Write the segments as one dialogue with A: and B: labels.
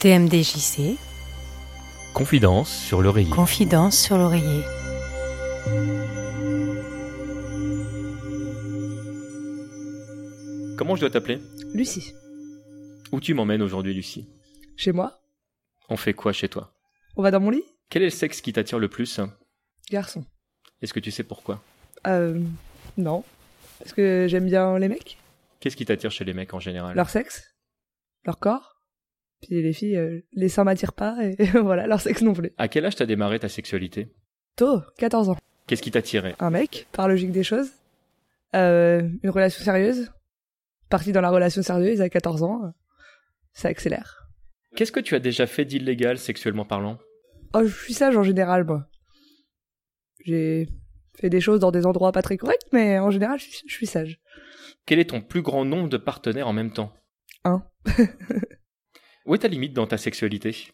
A: TMDJC,
B: Confidence sur l'oreiller.
A: confidence sur l'oreiller.
B: Comment je dois t'appeler
C: Lucie,
B: Où tu m'emmènes aujourd'hui, Lucie
C: chez moi
B: On fait quoi chez toi
C: On va dans mon lit
B: Quel est le sexe qui t'attire le plus
C: Garçon.
B: Est-ce que tu sais pourquoi
C: Euh. Non. Parce que j'aime bien les mecs,
B: Qu'est-ce qui t'attire chez les mecs en général
C: leur sexe, leur corps. Puis les filles, euh, les seins m'attirent pas et voilà, leur sexe non plus.
B: À quel âge t'as démarré ta sexualité
C: Tôt, 14 ans.
B: Qu'est-ce qui t'attirait
C: Un mec, par logique des choses. Euh, une relation sérieuse. Parti dans la relation sérieuse à 14 ans. euh, Ça accélère.
B: Qu'est-ce que tu as déjà fait d'illégal sexuellement parlant
C: Oh, je suis sage en général, moi. J'ai fait des choses dans des endroits pas très corrects, mais en général, je suis- je suis sage.
B: Quel est ton plus grand nombre de partenaires en même temps
C: Un.
B: Où est ta limite dans ta sexualité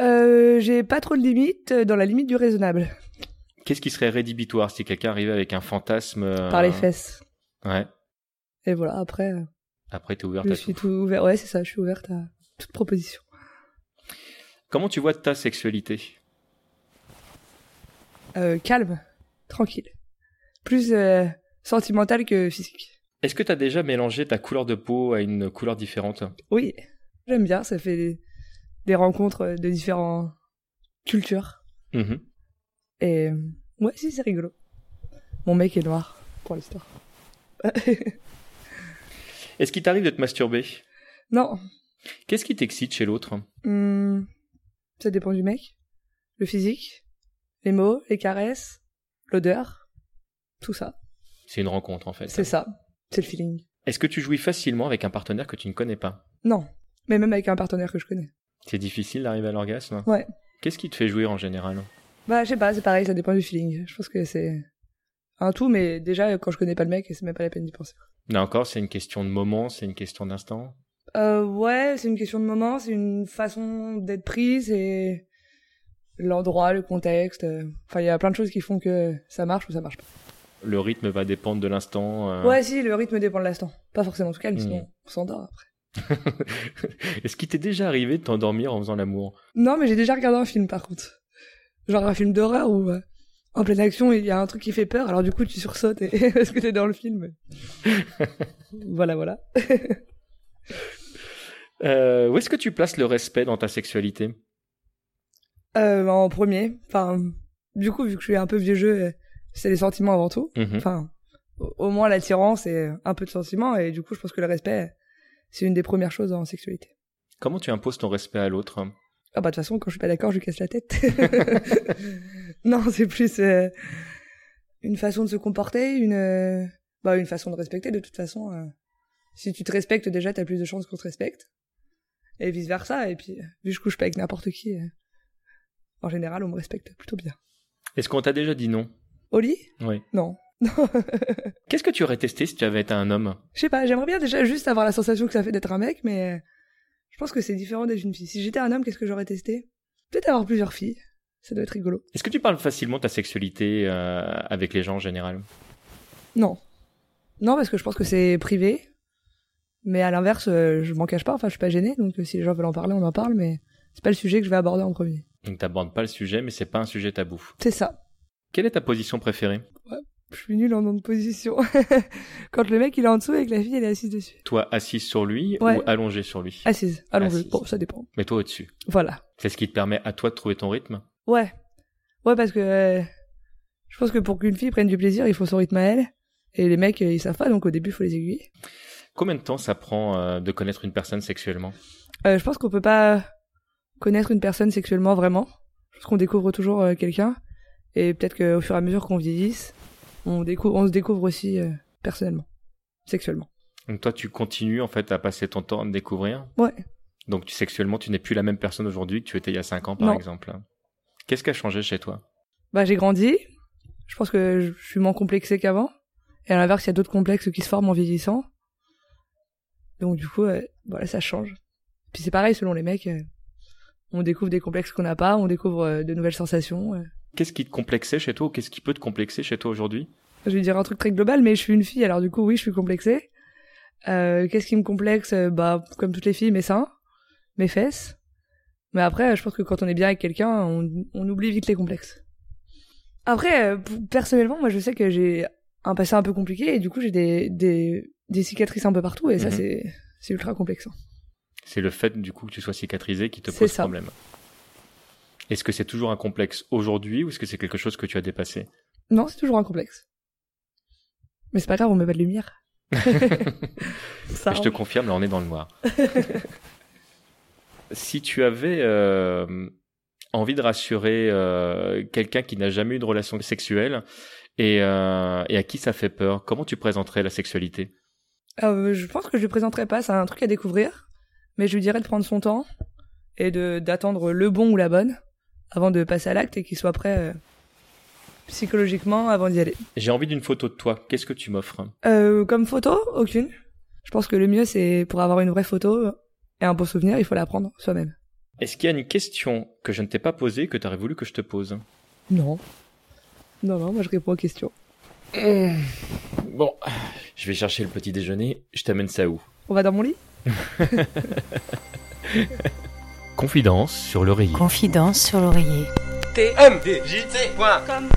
C: Euh, j'ai pas trop de limites, euh, dans la limite du raisonnable,
B: Qu'est-ce qui serait rédhibitoire si quelqu'un arrivait avec un fantasme euh,
C: par les fesses.
B: Ouais.
C: Et voilà, après, euh,
B: Après, t'es ouverte
C: je
B: à
C: suis
B: tout.
C: tout ouvert. Ouais, c'est ça, je suis ouverte à toute proposition.
B: Comment tu vois ta sexualité
C: Euh, calme, tranquille. Plus euh, sentimental que physique.
B: Est-ce que t'as déjà mélangé ta couleur de peau à une couleur différente
C: Oui, j'aime bien, ça fait des, des rencontres euh, de différentes cultures.
B: Mhm.
C: Et euh, ouais, si, c'est rigolo. Mon mec est noir, pour l'histoire.
B: Est-ce qu'il t'arrive de te masturber
C: non,
B: Qu'est-ce qui t'excite chez l'autre
C: Hmm, ça dépend du mec. Le physique, les mots, les caresses, l'odeur, tout ça.
B: C'est une rencontre en fait.
C: C'est ça, c'est le feeling.
B: Est-ce que tu jouis facilement avec un partenaire que tu ne connais pas
C: Non, mais même avec un partenaire que je connais.
B: C'est difficile d'arriver à l'orgasme
C: Ouais.
B: Qu'est-ce qui te fait jouir en général
C: Bah, je sais pas, c'est pareil, ça dépend du feeling. Je pense que c'est un tout, mais déjà, quand je connais pas le mec, c'est même pas la peine d'y penser.
B: Là encore, c'est une question de moment, c'est une question d'instant.
C: Euh, ouais, c'est une question de moment, c'est une façon d'être prise et l'endroit, le contexte. euh, Enfin, il y a plein de choses qui font que ça marche ou ça marche pas.
B: Le rythme va dépendre de l'instant. euh.
C: Ouais, Mmh. si, le rythme dépend de l'instant. Pas forcément tout calme,
B: Hmm.
C: sinon on s'endort.
B: Est-ce qu'il t'est déjà arrivé de t'endormir en faisant l'amour
C: Non, mais j'ai déjà regardé un film par contre. Genre un film d'horreur où euh, en pleine action il y a un truc qui fait peur, alors du coup tu sursautes et... parce que t'es dans le film. voilà, voilà.
B: Euh, Où est-ce que tu places le respect dans ta sexualité
C: Euh, en premier, enfin, du coup, vu que je suis un peu vieux jeu, euh, c'est les sentiments avant tout.
B: Mhm.
C: Enfin, au au moins l'attirance et un peu de sentiment, et du coup, je pense que le respect, c'est une des premières choses en sexualité.
B: Comment tu imposes ton respect à l'autre
C: Ah bah de toute façon, quand je suis pas d'accord, je lui casse la tête. non, c'est plus euh, une façon de se comporter, une euh, bah une façon de respecter. De toute façon, euh, si tu te respectes déjà, t'as plus de chances qu'on te respecte, et vice versa. Et puis, euh, vu que je couche pas avec n'importe qui, euh, en général, on me respecte plutôt bien.
B: Est-ce qu'on t'a déjà dit non
C: Au lit
B: Oui.
C: Non.
B: Qu'est-ce que tu aurais testé si tu avais été un homme
C: Je sais pas, j'aimerais bien déjà juste avoir la sensation que ça fait d'être un mec, mais euh, je pense que c'est différent d'être une fille. Si j'étais un homme, qu'est-ce que j'aurais testé Peut-être avoir plusieurs filles. Ça doit être rigolo.
B: Est-ce que tu parles facilement de ta sexualité euh, avec les gens en général
C: Non. Non, parce que je pense que c'est privé. Mais à l'inverse, euh, je m'en cache pas, enfin, je suis pas gênée, donc euh, si les gens veulent en parler, on en parle, mais c'est pas le sujet que je vais aborder en premier.
B: Donc t'abordes pas le sujet, mais c'est pas un sujet tabou.
C: C'est ça.
B: Quelle est ta position préférée
C: Je suis nulle en nom de position. Quand le mec il est en dessous et que la fille elle est assise dessus.
B: Toi assise sur lui
C: Ouais.
B: ou allongée sur lui
C: Assise, allons-y.
B: Assise.
C: Bon, ça dépend.
B: Mais toi au-dessus.
C: Voilà.
B: C'est ce qui te permet à toi de trouver ton rythme
C: Ouais. Ouais, parce que euh, je pense que pour qu'une fille prenne du plaisir, il faut son rythme à elle. Et les mecs, euh, ils savent pas, donc au début, il faut les aiguiller.
B: Combien de temps ça prend euh, de connaître une personne sexuellement
C: Euh, je pense qu'on peut pas connaître une personne sexuellement vraiment. Je pense qu'on découvre toujours euh, quelqu'un. Et peut-être qu'au fur et à mesure qu'on vieillisse, on, découvre, on se découvre aussi euh, personnellement, sexuellement.
B: Donc toi tu continues en fait à passer ton temps à te découvrir
C: Ouais.
B: Donc tu, sexuellement tu n'es plus la même personne aujourd'hui que tu étais il y a 5 ans par
C: Non.
B: exemple. Qu'est-ce qui a changé chez toi
C: Bah, j'ai grandi. Je pense que je je suis moins complexée qu'avant. Et à l'inverse, il y a d'autres complexes qui se forment en vieillissant. Donc, du coup, euh, voilà, ça change. Puis c'est pareil selon les mecs. euh, on découvre des complexes qu'on n'a pas, on découvre euh, de nouvelles sensations. euh.
B: Qu'est-ce qui te complexait chez toi ou qu'est-ce qui peut te complexer chez toi aujourd'hui
C: Je vais dire un truc très global, mais je suis une fille, alors du coup, oui, je suis complexée. Euh, Qu'est-ce qui me complexe Euh, Bah, comme toutes les filles, mes seins. mes fesses. Mais après, je pense que quand on est bien avec quelqu'un, on, on oublie vite les complexes. Après, euh, p- personnellement, moi, je sais que j'ai un passé un peu compliqué et du coup, j'ai des, des, des cicatrices un peu partout et ça,
B: Mhm.
C: c'est c'est ultra complexe. hein.
B: C'est le fait du coup que tu sois cicatrisé qui te
C: C'est
B: pose
C: ça.
B: problème. Est-ce que c'est toujours un complexe aujourd'hui ou est-ce que c'est quelque chose que tu as dépassé
C: Non, c'est toujours un complexe. Mais c'est pas grave, on met pas de lumière. ça,
B: Je te confirme, là on est dans le noir. si tu avais euh, envie de rassurer euh, quelqu'un qui n'a jamais eu de relation sexuelle et, euh, et à qui ça fait peur, comment tu présenterais la sexualité
C: Euh, je pense que je lui présenterai pas, c'est un truc à découvrir, mais je lui dirais de prendre son temps et de d'attendre le bon ou la bonne avant de passer à l'acte et qu'il soit prêt euh, psychologiquement avant d'y aller.
B: J'ai envie d'une photo de toi, qu'est-ce que tu m'offres
C: Euh, comme photo, aucune. Je pense que le mieux c'est pour avoir une vraie photo et un beau souvenir, il faut la prendre soi-même.
B: Est-ce qu'il y a une question que je ne t'ai pas posée que tu aurais voulu que je te pose
C: Non. Non, non, moi je réponds aux questions.
B: Bon, je vais chercher le petit déjeuner, je t'amène ça où
C: On va dans mon lit
B: Confidence sur l'oreiller.
A: Confidence sur l'oreiller.
D: TMDJC.com.